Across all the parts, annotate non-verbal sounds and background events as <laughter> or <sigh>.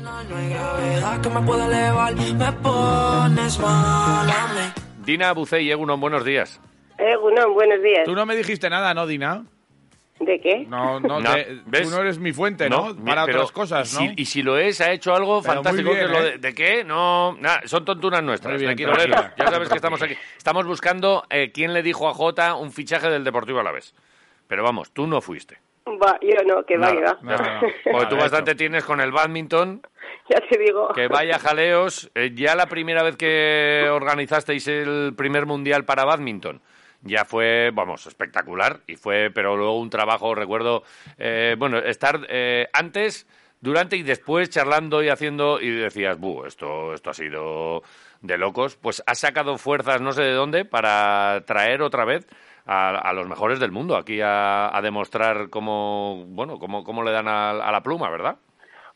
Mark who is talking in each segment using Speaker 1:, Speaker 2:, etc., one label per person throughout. Speaker 1: No hay gravedad que me pueda elevar, me pones mal a mí.
Speaker 2: Dina Bucey, Egunon, buenos días.
Speaker 3: Eh, Gunón, buenos días.
Speaker 4: Tú no me dijiste nada, ¿no, Dina?
Speaker 3: ¿De qué?
Speaker 2: <laughs>
Speaker 4: No, no,
Speaker 2: No,
Speaker 4: te-
Speaker 2: ¿ves?
Speaker 4: tú no eres mi fuente, ¿no?
Speaker 2: mi-
Speaker 4: Para
Speaker 2: pero
Speaker 4: otras cosas, ¿no?
Speaker 2: si- y si lo es, ha hecho algo
Speaker 4: Pero muy
Speaker 2: fantástico.
Speaker 4: bien,
Speaker 2: que lo
Speaker 4: ¿eh?
Speaker 2: de, ¿de qué? No, nada, son tonturas nuestras.
Speaker 4: Muy bien,
Speaker 2: tranquilo, Lelo.
Speaker 4: tranquila.
Speaker 2: Ya sabes que estamos aquí. Estamos buscando eh, quién le dijo a Jota un fichaje del Deportivo Alavés. Pero vamos, tú no fuiste.
Speaker 3: Va, yo no, que va,
Speaker 2: Nada,
Speaker 3: que va.
Speaker 2: ya está.
Speaker 4: No, no, no.
Speaker 2: Porque tú
Speaker 4: Nada,
Speaker 2: bastante
Speaker 4: hecho.
Speaker 2: tienes con el badminton,
Speaker 3: <laughs> Ya te digo.
Speaker 2: que vaya jaleos. Eh, ya la primera vez que organizasteis el primer mundial para badminton. Ya fue, vamos, espectacular y fue, pero luego un trabajo, recuerdo, eh, bueno, estar eh, antes, durante y después charlando y haciendo y decías, buh, esto, esto ha sido de locos. Pues has sacado fuerzas, no sé de dónde, para traer otra vez a, a los mejores del mundo aquí a, a demostrar cómo, bueno, cómo, cómo le dan a- a la pluma, ¿verdad?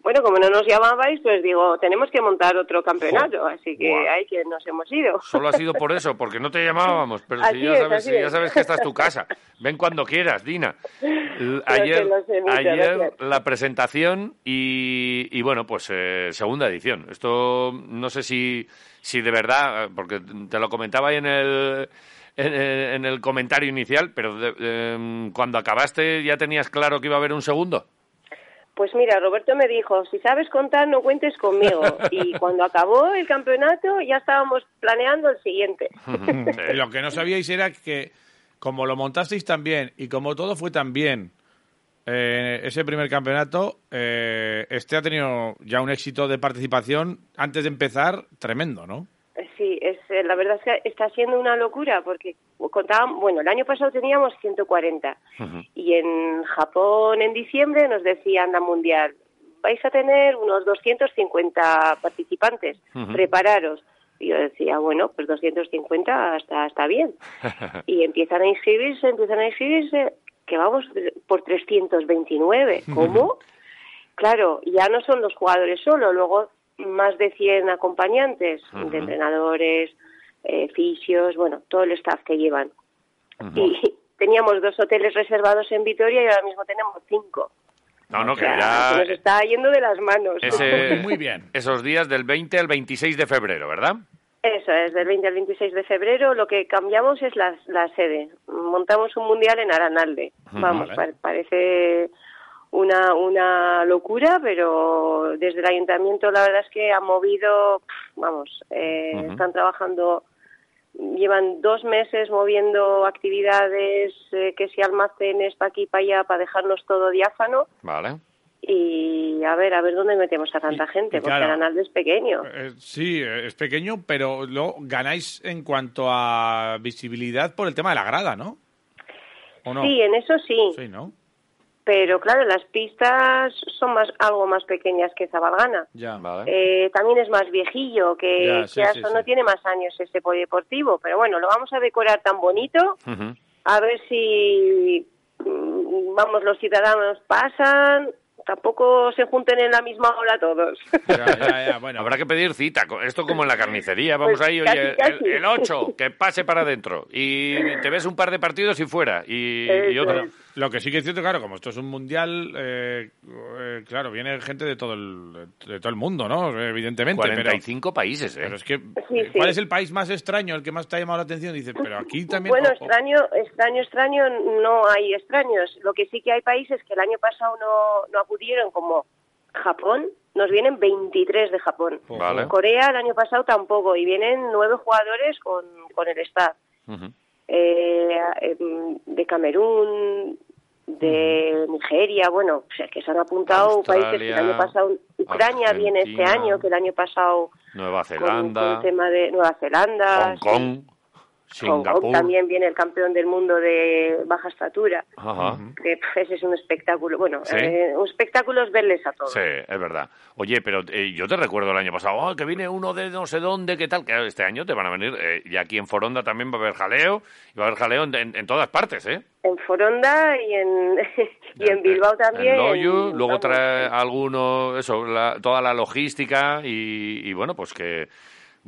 Speaker 3: Bueno, como no nos llamabais, pues digo, tenemos que montar otro campeonato,
Speaker 2: Joder.
Speaker 3: así que
Speaker 2: Guau.
Speaker 3: hay que nos hemos ido.
Speaker 2: Solo ha sido por eso, porque no te llamábamos, pero si
Speaker 3: Así
Speaker 2: ya,
Speaker 3: es,
Speaker 2: sabes,
Speaker 3: así
Speaker 2: si ya
Speaker 3: es.
Speaker 2: sabes que esta es tu casa. Ven cuando quieras, Dina. L-
Speaker 3: que
Speaker 2: Ayer,
Speaker 3: lo sé, muchas
Speaker 2: ayer
Speaker 3: gracias.
Speaker 2: la presentación y, y bueno, pues eh, segunda edición. Esto no sé si, si de verdad, eh, porque te lo comentaba ahí en el, en, en el comentario inicial, pero de- em, cuando acabaste ya tenías claro que iba a haber un
Speaker 4: <laughs>
Speaker 2: segundo.
Speaker 3: Pues mira, Roberto me dijo, si sabes contar, no cuentes
Speaker 4: <laughs>
Speaker 3: conmigo. Y cuando acabó el campeonato, ya estábamos planeando el siguiente.
Speaker 4: Y lo que no sabíais era que, como lo montasteis tan bien y como todo fue tan bien, eh, ese primer campeonato, eh, este ha tenido ya un éxito de participación antes de empezar tremendo, ¿no?
Speaker 3: Sí, es, eh, la verdad es que está siendo una locura porque contábamos, bueno, el año pasado teníamos 140 y en Japón en diciembre nos decían la mundial, vais a tener unos 250 participantes, prepararos. Y yo decía, bueno, pues 250 está, está bien. y empiezan a inscribirse, empiezan a inscribirse, que vamos por 329. ¿Cómo? Claro, ya no son los jugadores solo, luego más de 100 acompañantes, de entrenadores, eh, fisios, bueno, todo el staff que llevan. Y teníamos dos hoteles reservados en Vitoria y ahora mismo tenemos cinco.
Speaker 2: No, no, que
Speaker 3: O sea,
Speaker 2: ya... eh,
Speaker 3: se nos está yendo de las manos.
Speaker 2: ese-
Speaker 4: Muy bien.
Speaker 2: Esos días del 20 al 26 de febrero, ¿verdad?
Speaker 3: Eso es, del 20 al 26 de febrero lo que cambiamos es la, la sede. Montamos un mundial en Aranalde. Vamos,
Speaker 4: Vale.
Speaker 3: pa- parece una, una locura, pero desde el ayuntamiento la verdad es que ha movido, pf, vamos, eh, están trabajando, llevan dos meses moviendo actividades, eh, que si almacenes para aquí, para allá, para dejarnos todo diáfano.
Speaker 2: Vale.
Speaker 3: Y a ver, a ver dónde metemos a tanta
Speaker 4: Y-
Speaker 3: gente,
Speaker 4: y
Speaker 3: porque
Speaker 4: claro.
Speaker 3: Aranalde es pequeño.
Speaker 4: Eh, sí, eh, es pequeño, pero lo ganáis en cuanto a visibilidad por el tema de la grada, ¿no? ¿O no?
Speaker 3: Sí, en eso sí.
Speaker 4: Sí, ¿no?
Speaker 3: pero claro, las pistas son más algo más pequeñas que Zabalgana.
Speaker 4: Ya.
Speaker 2: Vale.
Speaker 3: Eh, también es más viejillo, que,
Speaker 4: Ah. Ya,
Speaker 3: que
Speaker 4: sí,
Speaker 3: hasta
Speaker 4: sí,
Speaker 3: no
Speaker 4: sí.
Speaker 3: tiene más años este polideportivo, pero bueno, lo vamos a decorar tan bonito,
Speaker 2: Ujú.
Speaker 3: a ver si, mm, vamos, los ciudadanos pasan, tampoco se junten en la misma ola todos. <laughs>
Speaker 4: Ya, ya, ya, bueno.
Speaker 2: <laughs> Habrá que pedir cita. co- Esto como en la carnicería. Vamos
Speaker 3: Pues
Speaker 2: ahí,
Speaker 3: casi,
Speaker 2: oye,
Speaker 3: casi.
Speaker 2: el- el 8, que pase para adentro. Y te ves un par de partidos y fuera. Y, y
Speaker 3: Eso
Speaker 2: otro.
Speaker 3: es.
Speaker 4: Lo que sí que es cierto, claro, como esto es un mundial, eh, eh, claro, viene gente de todo el, de todo el mundo, ¿no? Evidentemente. pero-
Speaker 2: 45 países, ¿eh?
Speaker 4: Pero es que,
Speaker 3: Sí,
Speaker 4: eh, ¿cuál
Speaker 3: sí.
Speaker 4: es el país más extraño, el que más te ha llamado la atención? Dice, pero aquí también...
Speaker 3: Bueno,
Speaker 4: o- o-
Speaker 3: extraño, extraño, extraño, no hay extraños. Lo que sí que hay países que el año pasado no, no acudieron, como Japón, nos vienen 23 de Japón.
Speaker 2: Vale.
Speaker 3: Corea el año pasado tampoco, y vienen nueve jugadores con, con el staff.
Speaker 2: Ujú.
Speaker 3: Eh, em, de Camerún, de Nigeria, bueno, o sea, que se han apuntado países que el año
Speaker 2: Australia,
Speaker 3: pasado... Ucrania viene este
Speaker 2: Argentina,
Speaker 3: año, que el año pasado...
Speaker 2: Nueva
Speaker 3: con- Con,
Speaker 2: Zelanda,
Speaker 3: el tema de Nueva Zelanda...
Speaker 2: Hong Kong,
Speaker 3: Hong
Speaker 2: Singapur.
Speaker 3: Kong también viene el campeón del mundo de baja estatura.
Speaker 2: Ajá.
Speaker 3: Que pf, ese es un espectáculo. Bueno,
Speaker 2: Sí.
Speaker 3: eh, un espectáculo es verles a todos.
Speaker 2: Sí, es verdad. Oye, pero eh, yo te recuerdo el año pasado, "Oh, que viene uno de no sé dónde, qué tal, que este año te van a venir. eh, y aquí en Foronda también va a haber jaleo, y va a haber jaleo en, en- en todas partes, ¿eh?
Speaker 3: En Foronda
Speaker 2: <laughs>
Speaker 3: y en, y en Bilbao también.
Speaker 2: En Loyu,
Speaker 3: en-
Speaker 2: luego
Speaker 3: vamos,
Speaker 2: trae alguno, eso, la- toda la logística y, y bueno, pues que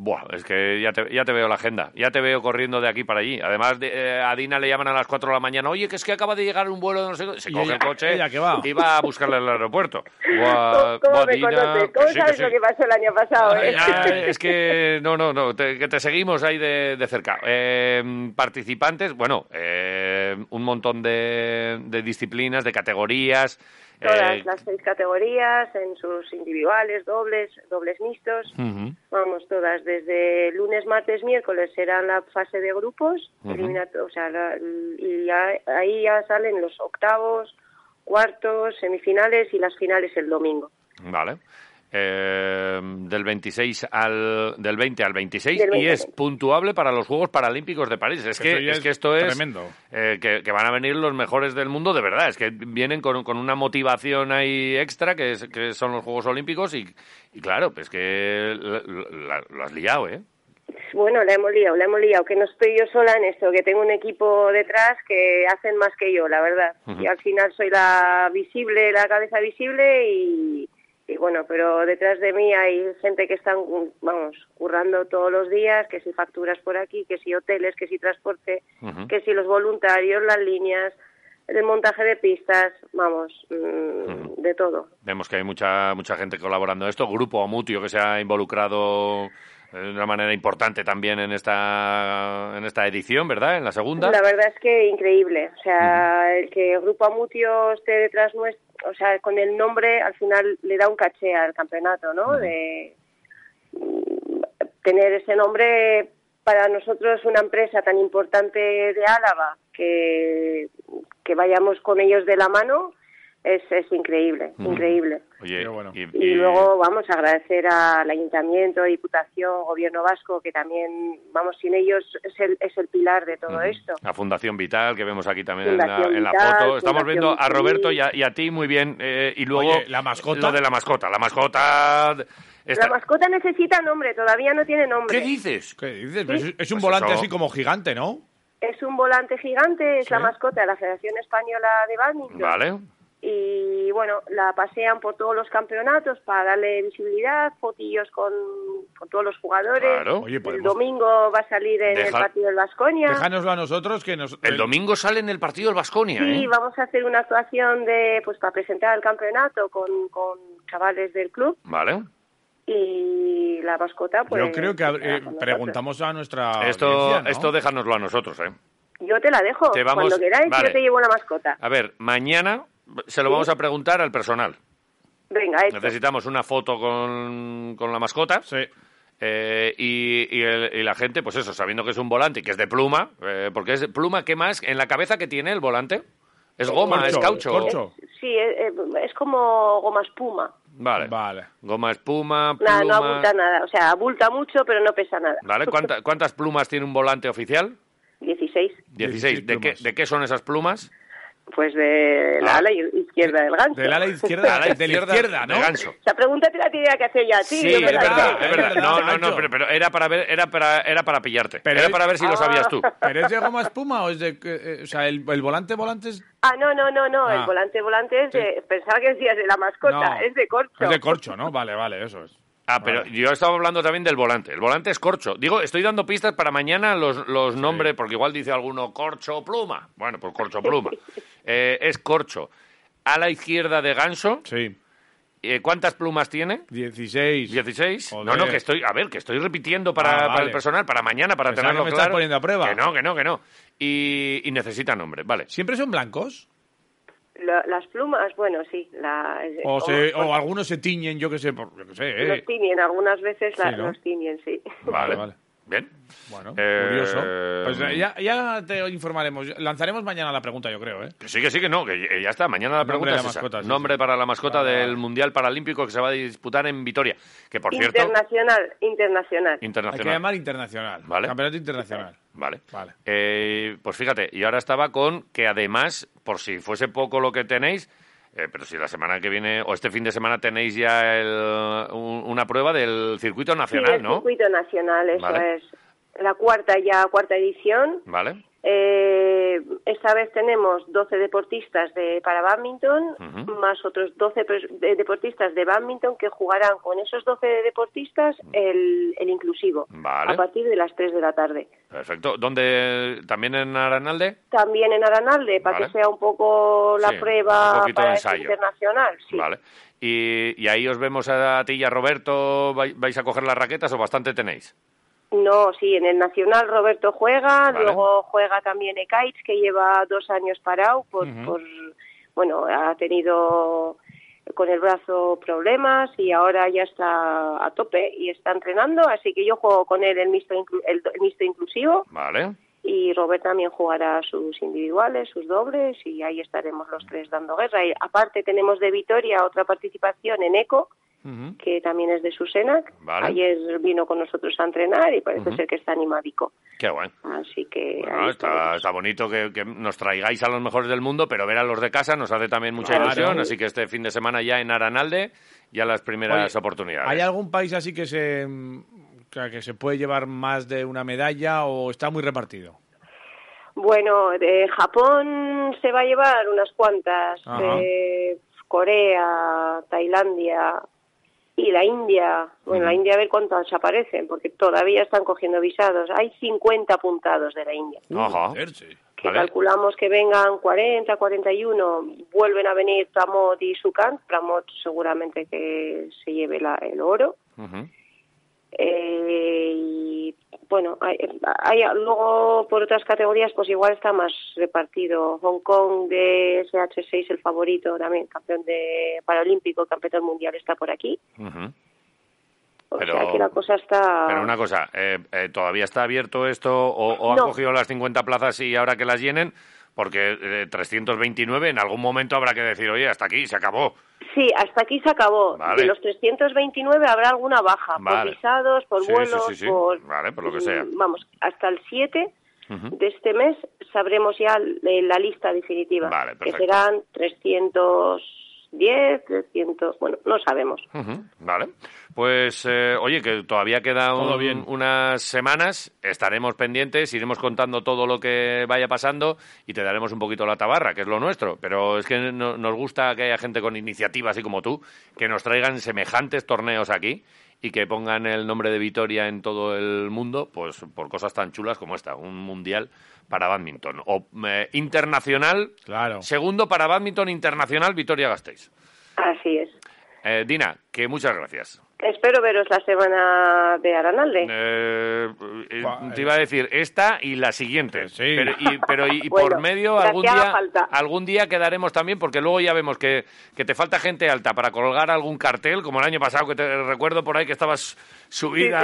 Speaker 2: Buah, es que ya te, ya te veo la agenda, ya te veo corriendo de aquí para allí. Además, de- eh, a Dina le llaman a las 4 de la mañana, oye, que es que acaba de llegar un vuelo de no sé dónde". Se
Speaker 4: Y
Speaker 2: coge
Speaker 4: ella-
Speaker 2: el coche
Speaker 4: ella que va.
Speaker 2: y va a buscarla al
Speaker 3: <laughs>
Speaker 2: aeropuerto.
Speaker 3: ¿Cómo,
Speaker 2: Buah,
Speaker 3: cómo
Speaker 2: buah,
Speaker 3: me
Speaker 2: Dina,
Speaker 3: conoces?
Speaker 2: que
Speaker 3: ¿Cómo
Speaker 2: sí, ah, que
Speaker 3: sabes
Speaker 2: sí. Ah,
Speaker 3: lo que pasó el año pasado? eh? <laughs>
Speaker 2: Ay, ay, es que no, no, no, te- que te seguimos ahí de, de cerca. Eh, participantes, bueno, eh, un montón de, de disciplinas, de categorías. eh,
Speaker 3: Todas las seis categorías, en sus individuales, dobles, dobles mixtos.
Speaker 2: ujú.
Speaker 3: Vamos, todas, desde lunes, martes, miércoles será la fase de grupos,
Speaker 2: Ujú.
Speaker 3: eliminato- o sea, la- y ya- ahí ya salen los octavos, cuartos, semifinales y las finales el domingo.
Speaker 2: Vale. Eh, del 26 al del 20 al 26
Speaker 3: Del
Speaker 2: y
Speaker 3: 20 al
Speaker 2: es
Speaker 3: 20.
Speaker 2: puntuales para los Juegos Paralímpicos de París. Es
Speaker 4: Eso
Speaker 2: que
Speaker 4: ya
Speaker 2: es
Speaker 4: es
Speaker 2: que esto es
Speaker 4: tremendo.
Speaker 2: eh, que, que van a venir los mejores del mundo de verdad. Es que vienen con, con una motivación ahí extra que, es- que son los Juegos Olímpicos y, y claro, pues que la- la- lo has liado, ¿eh?
Speaker 3: Bueno, la hemos liado, la hemos liado, que no estoy yo sola en esto, que tengo un equipo detrás que hacen más que yo, la verdad. Y al final soy la visible, la cabeza visible y, y bueno, pero detrás de mí hay gente que están, vamos, currando todos los días, que si facturas por aquí, que si hoteles, que si transporte,
Speaker 2: Ujú.
Speaker 3: que si los voluntarios, las líneas, el montaje de pistas, vamos, mm, de todo.
Speaker 2: Vemos que hay mucha mucha gente colaborando en esto, Grupo Amutio que se ha involucrado eh, de una manera importante también en esta en esta edición, ¿verdad? En la segunda.
Speaker 3: La verdad es que increíble. O sea, el que Grupo Amutio esté detrás nuestro, o sea, con el nombre al final le da un caché al campeonato, ¿no? De mm, tener ese nombre para nosotros una empresa tan importante de Álava que, que vayamos con ellos de la mano es, es increíble, increíble.
Speaker 2: Oye,
Speaker 4: Pero bueno.
Speaker 2: y,
Speaker 3: Y
Speaker 2: y-
Speaker 3: luego vamos a agradecer al Ayuntamiento, Diputación, Gobierno Vasco, que también, vamos, sin ellos es el, es el pilar de todo esto.
Speaker 2: la Fundación Vital, que vemos aquí también en la,
Speaker 3: Fundación
Speaker 2: en la
Speaker 3: Vital,
Speaker 2: foto. Estamos
Speaker 3: Fundación
Speaker 2: viendo a
Speaker 3: Civil.
Speaker 2: Roberto y a, y a ti muy bien. eh, y luego.
Speaker 4: Oye, ¿la mascota?
Speaker 2: Lo de la mascota. La mascota. esta-
Speaker 3: La mascota necesita nombre, todavía no tiene nombre.
Speaker 2: ¿Qué dices?
Speaker 4: ¿Qué dices? Pero Es, es un
Speaker 2: Pues
Speaker 4: volante
Speaker 2: eso-
Speaker 4: así como gigante, ¿no?
Speaker 3: Es un volante gigante, es
Speaker 4: Sí.
Speaker 3: la mascota de la Federación Española de Badminton.
Speaker 2: Vale.
Speaker 3: Y bueno, la pasean por todos los campeonatos para darle visibilidad, fotillos con, con todos los jugadores.
Speaker 2: Claro.
Speaker 4: Oye,
Speaker 3: El
Speaker 4: podemos.
Speaker 3: domingo va a salir en el
Speaker 2: Deja-
Speaker 3: partido del Vasconia.
Speaker 4: Déjanoslo a nosotros que nos. eh,
Speaker 2: El domingo sale en el partido el Vasconia,
Speaker 3: Sí,
Speaker 2: ¿eh?
Speaker 3: vamos a hacer una actuación de, pues, para presentar el campeonato con, con chavales del club
Speaker 2: Vale.
Speaker 3: y la mascota. Pues,
Speaker 4: Yo creo que
Speaker 3: estará con
Speaker 4: eh,
Speaker 3: nosotros.
Speaker 4: preguntamos a nuestra.
Speaker 2: Esto,
Speaker 4: audiencia, ¿no?
Speaker 2: esto déjanoslo a nosotros, ¿eh?
Speaker 3: Yo te la dejo.
Speaker 2: Te vamos-
Speaker 3: Cuando queráis,
Speaker 2: vale.
Speaker 3: yo te llevo la mascota.
Speaker 2: A ver, mañana se lo vamos a preguntar al personal.
Speaker 3: Venga, hecho.
Speaker 2: Necesitamos una foto con, con la mascota.
Speaker 4: Sí.
Speaker 2: Eh, y, y el- y la gente, pues eso, sabiendo que es un volante y que es de pluma, eh, porque es de pluma, ¿qué más? ¿En la cabeza que tiene el volante? Es goma,
Speaker 4: corcho,
Speaker 2: es caucho.
Speaker 4: corcho.
Speaker 3: Sí, eh, eh, es como goma espuma.
Speaker 2: Vale.
Speaker 4: Vale.
Speaker 2: Goma, espuma, pluma.
Speaker 3: Nada, no abulta nada. O sea, abulta mucho, pero no pesa nada.
Speaker 2: Vale, ¿cuánta- ¿cuántas plumas tiene un volante oficial?
Speaker 3: 16.
Speaker 2: 16.
Speaker 4: 16
Speaker 2: ¿De qué,
Speaker 4: plumas.
Speaker 2: ¿De qué son esas plumas?
Speaker 3: Pues de la
Speaker 2: Ah.
Speaker 3: ala izquierda del gancho.
Speaker 4: Del ala izquierda, de la izquierda, ¿no?
Speaker 2: De ganso.
Speaker 3: Esa pregunta te <laughs> la tenía que hacer ya a ti.
Speaker 2: Sí,
Speaker 3: yo
Speaker 2: es
Speaker 3: me la
Speaker 2: verdad,
Speaker 3: sé.
Speaker 2: es verdad. No, no, no,
Speaker 4: Gancho.
Speaker 2: pero, pero era para ver, era para, era para pillarte.
Speaker 4: Pero
Speaker 2: era
Speaker 4: es-
Speaker 2: para ver si lo sabías tú.
Speaker 4: ¿Pero es de goma espuma o es de.? eh, eh, o sea, el, el volante, volante es.
Speaker 3: Ah, no, no, no, no.
Speaker 4: Ah.
Speaker 3: El volante, volante es de... Pensaba que decías de la mascota.
Speaker 4: no.
Speaker 3: Es de corcho.
Speaker 4: Es de corcho, ¿no? Vale, vale, eso es.
Speaker 2: Ah, pero
Speaker 4: Vale.
Speaker 2: yo estaba hablando también del volante. El volante es corcho. Digo, estoy dando pistas para mañana los, los nombres, porque igual dice alguno corcho pluma. Bueno, pues corcho
Speaker 4: <laughs>
Speaker 2: pluma. Eh, es corcho. A la izquierda de ganso,
Speaker 4: Sí.
Speaker 2: eh, ¿cuántas plumas tiene?
Speaker 4: 16.
Speaker 2: 16.
Speaker 4: Joder.
Speaker 2: No, no, que estoy, a ver, que estoy repitiendo para,
Speaker 4: Ah,
Speaker 2: para
Speaker 4: vale.
Speaker 2: el personal, para mañana, para
Speaker 4: Pensaba
Speaker 2: tenerlo
Speaker 4: que me
Speaker 2: claro.
Speaker 4: estás poniendo a prueba.
Speaker 2: Que no, que no, que no. Y, y necesita nombre, vale.
Speaker 4: ¿Siempre son blancos?
Speaker 3: La- las plumas, bueno, sí. La, es-
Speaker 4: O, se-
Speaker 3: como-
Speaker 4: o algunos se tiñen, yo qué sé, por, yo qué sé. eh.
Speaker 3: pues Los tiñen. Algunas veces
Speaker 4: Sí,
Speaker 3: la-
Speaker 4: ¿no?
Speaker 3: los tiñen, sí.
Speaker 2: Vale,
Speaker 4: vale.
Speaker 2: Bien.
Speaker 4: Bueno,
Speaker 2: Eh,
Speaker 4: curioso. Pues eh, ya, ya te informaremos. Lanzaremos mañana la pregunta, yo creo, ¿eh?
Speaker 2: Que sí, que sí, que no, que ya- ya está. Mañana la
Speaker 4: Nombre
Speaker 2: pregunta
Speaker 4: de
Speaker 2: es
Speaker 4: la
Speaker 2: esa.
Speaker 4: mascota, sí,
Speaker 2: Nombre
Speaker 4: sí. Ah,
Speaker 2: para la mascota
Speaker 4: Vale,
Speaker 2: del
Speaker 4: vale.
Speaker 2: Mundial Paralímpico que se va a disputar en Vitoria. Que, por cierto...
Speaker 3: Internacional, internacional.
Speaker 4: Hay que
Speaker 2: Internacional.
Speaker 4: llamar internacional.
Speaker 2: Vale.
Speaker 4: Campeonato internacional.
Speaker 2: Vale.
Speaker 4: Vale.
Speaker 2: Eh, pues fíjate, y ahora estaba con que además, por si fuese poco lo que tenéis, eh, pero si la semana que viene o este fin de semana tenéis ya el- un- una prueba del circuito
Speaker 3: Sí,
Speaker 2: nacional,
Speaker 3: el
Speaker 2: ¿no?
Speaker 3: circuito nacional, eso
Speaker 2: Vale.
Speaker 3: es. La cuarta ya, cuarta edición.
Speaker 2: Vale.
Speaker 3: Eh, esta vez tenemos 12 deportistas de, para badminton,
Speaker 2: Ujú.
Speaker 3: más otros 12 pers- de- deportistas de badminton que jugarán con esos 12 deportistas el, el inclusivo
Speaker 2: Vale.
Speaker 3: a partir de las 3 de la tarde.
Speaker 2: Perfecto. ¿Dónde? ¿También en Aranalde?
Speaker 3: También en Aranalde, para
Speaker 2: Vale.
Speaker 3: que sea un poco la
Speaker 2: Sí, un
Speaker 3: prueba
Speaker 2: poquito
Speaker 3: para
Speaker 2: de
Speaker 3: este
Speaker 2: ensayo.
Speaker 3: internacional. sí.
Speaker 2: Vale. Y, y ahí os vemos a ti y a Roberto. ¿Vai- ¿Vais a coger las raquetas o bastante tenéis?
Speaker 3: No, sí, en el Nacional Roberto juega,
Speaker 2: Vale.
Speaker 3: luego juega también Ekaitz, que lleva dos años parado por, por- bueno, ha tenido con el brazo problemas y ahora ya está a tope y está entrenando, así que yo juego con él el mixto, inclu- el, do- el mixto inclusivo
Speaker 2: Vale.
Speaker 3: y Robert también jugará sus individuales, sus dobles y ahí estaremos los tres dando guerra. Y aparte tenemos de Vitoria otra participación en ECO, que también es de Susenac.
Speaker 2: Vale.
Speaker 3: Ayer vino con nosotros a entrenar y parece
Speaker 2: Ujú.
Speaker 3: ser que está animadico.
Speaker 2: Qué guay.
Speaker 3: Así que...
Speaker 2: Bueno,
Speaker 3: ahí
Speaker 2: está,
Speaker 3: estaremos.
Speaker 2: está bonito que, que nos traigáis a los mejores del mundo, pero ver a los de casa nos hace también mucha
Speaker 4: Claro.
Speaker 2: ilusión. Así que este fin de semana ya en Aranalde, ya las primeras
Speaker 4: Oye,
Speaker 2: oportunidades.
Speaker 4: ¿Hay algún país así que se, mm, que que se puede llevar más de una medalla o está muy repartido?
Speaker 3: Bueno, de Japón se va a llevar unas cuantas.
Speaker 4: Ajá.
Speaker 3: de Corea, Tailandia y la India. Bueno, la India a ver cuántas aparecen, porque todavía están cogiendo visados. Hay 50 apuntados de la India.
Speaker 2: Ajá.
Speaker 3: que
Speaker 2: Vale.
Speaker 3: calculamos que vengan 40, 41, vuelven a venir Pramod y Sukan, Pramod seguramente que se lleve la- el oro.
Speaker 2: Ujú.
Speaker 3: Eh, y bueno, hay, hay- luego por otras categorías pues igual está más repartido. Hong Kong de SH6 el favorito también, campeón de paralímpico, campeón mundial está por aquí.
Speaker 2: Ujú.
Speaker 3: O
Speaker 2: Pero-
Speaker 3: sea que la cosa está...
Speaker 2: Pero una cosa, eh, eh, ¿todavía está abierto esto o, o han
Speaker 3: No.
Speaker 2: cogido las 50 plazas y ahora que las llenen? Porque eh, 329 en algún momento habrá que decir, oye, hasta aquí, se acabó.
Speaker 3: Sí, hasta aquí se acabó.
Speaker 2: Vale.
Speaker 3: De los 329 habrá alguna baja,
Speaker 2: Vale.
Speaker 3: por visados, por
Speaker 2: Sí, sí,
Speaker 3: vuelos,
Speaker 2: sí, sí.
Speaker 3: por...
Speaker 2: Vale, por lo que sea.
Speaker 3: Mm, Vamos, hasta el 7 de este mes sabremos ya l- la lista definitiva,
Speaker 2: Vale,
Speaker 3: que
Speaker 2: perfecto.
Speaker 3: serán 310, 300... Bueno, no sabemos.
Speaker 2: Ujú, Vale. Pues, eh, oye, que todavía queda
Speaker 4: Todo
Speaker 2: un-
Speaker 4: bien.
Speaker 2: unas semanas, estaremos pendientes, iremos contando todo lo que vaya pasando y te daremos un poquito la tabarra, que es lo nuestro. Pero es que no- nos gusta que haya gente con iniciativa así como tú, que nos traigan semejantes torneos aquí y que pongan el nombre de Vitoria en todo el mundo, pues por cosas tan chulas como esta, un mundial para badminton. O eh, internacional,
Speaker 4: Claro.
Speaker 2: segundo para badminton internacional, Vitoria Gasteiz.
Speaker 3: Así es.
Speaker 2: Eh, Dina, que muchas gracias.
Speaker 3: Espero veros la semana de Aranalde.
Speaker 2: Eh, eh,
Speaker 4: Buah, Eh,
Speaker 2: te iba a decir esta y la siguiente.
Speaker 4: Sí.
Speaker 2: Pero, y, pero y- y
Speaker 3: Bueno,
Speaker 2: por medio
Speaker 3: la que
Speaker 2: algún
Speaker 3: haga
Speaker 2: día,
Speaker 3: falta.
Speaker 2: algún día quedaremos también, porque luego ya vemos que, que te falta gente alta para colgar algún cartel, como el año pasado que te recuerdo por ahí que estabas
Speaker 3: Sí, sí,
Speaker 2: subida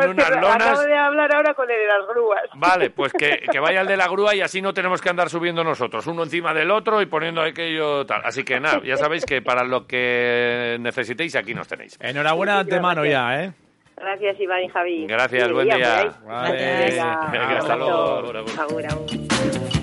Speaker 2: con
Speaker 3: de,
Speaker 2: unas
Speaker 3: acabo
Speaker 2: lonas.
Speaker 3: de hablar ahora con el de las grúas.
Speaker 2: Vale, pues que, que vaya el de la grúa y así no tenemos que andar subiendo nosotros, uno encima del otro y poniendo aquello tal. Así que nada, ya sabéis que para lo que necesitéis aquí nos tenéis.
Speaker 4: Enhorabuena de antemano ya, ¿eh?
Speaker 3: Gracias, Iván y Javi.
Speaker 2: Gracias,
Speaker 3: Sí,
Speaker 2: buen
Speaker 3: ya,
Speaker 2: día.
Speaker 3: por ahí.
Speaker 4: Vale.
Speaker 3: Venga,
Speaker 2: Venga, hasta
Speaker 3: abrazo.
Speaker 2: luego.
Speaker 3: Agur, agur.